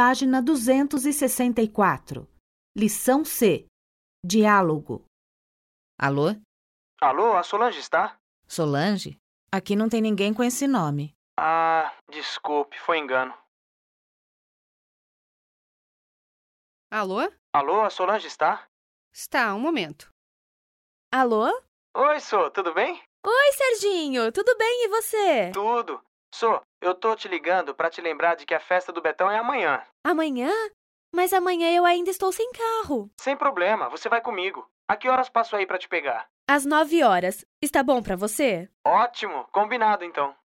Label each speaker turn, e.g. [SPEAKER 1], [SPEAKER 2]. [SPEAKER 1] Página 264. Lição C. Diálogo.
[SPEAKER 2] Alô?
[SPEAKER 3] Alô, a Solange está?
[SPEAKER 2] Solange? Aqui não tem ninguém com esse nome.
[SPEAKER 3] Ah, desculpe, foi engano.
[SPEAKER 4] Alô?
[SPEAKER 3] Alô, a Solange está?
[SPEAKER 4] Está, um momento.
[SPEAKER 5] Alô?
[SPEAKER 3] Oi, Sô, tudo bem?
[SPEAKER 5] Oi, Serginho, tudo bem e você?
[SPEAKER 3] Tudo. Sô, eu tô te ligando pra te lembrar de que a festa do Betão é amanhã.
[SPEAKER 5] Amanhã? Mas amanhã eu ainda estou sem carro.
[SPEAKER 3] Sem problema, você vai comigo. A que horas passo aí pra te pegar?
[SPEAKER 5] Às nove horas. Está bom pra você?
[SPEAKER 3] Ótimo, combinado então.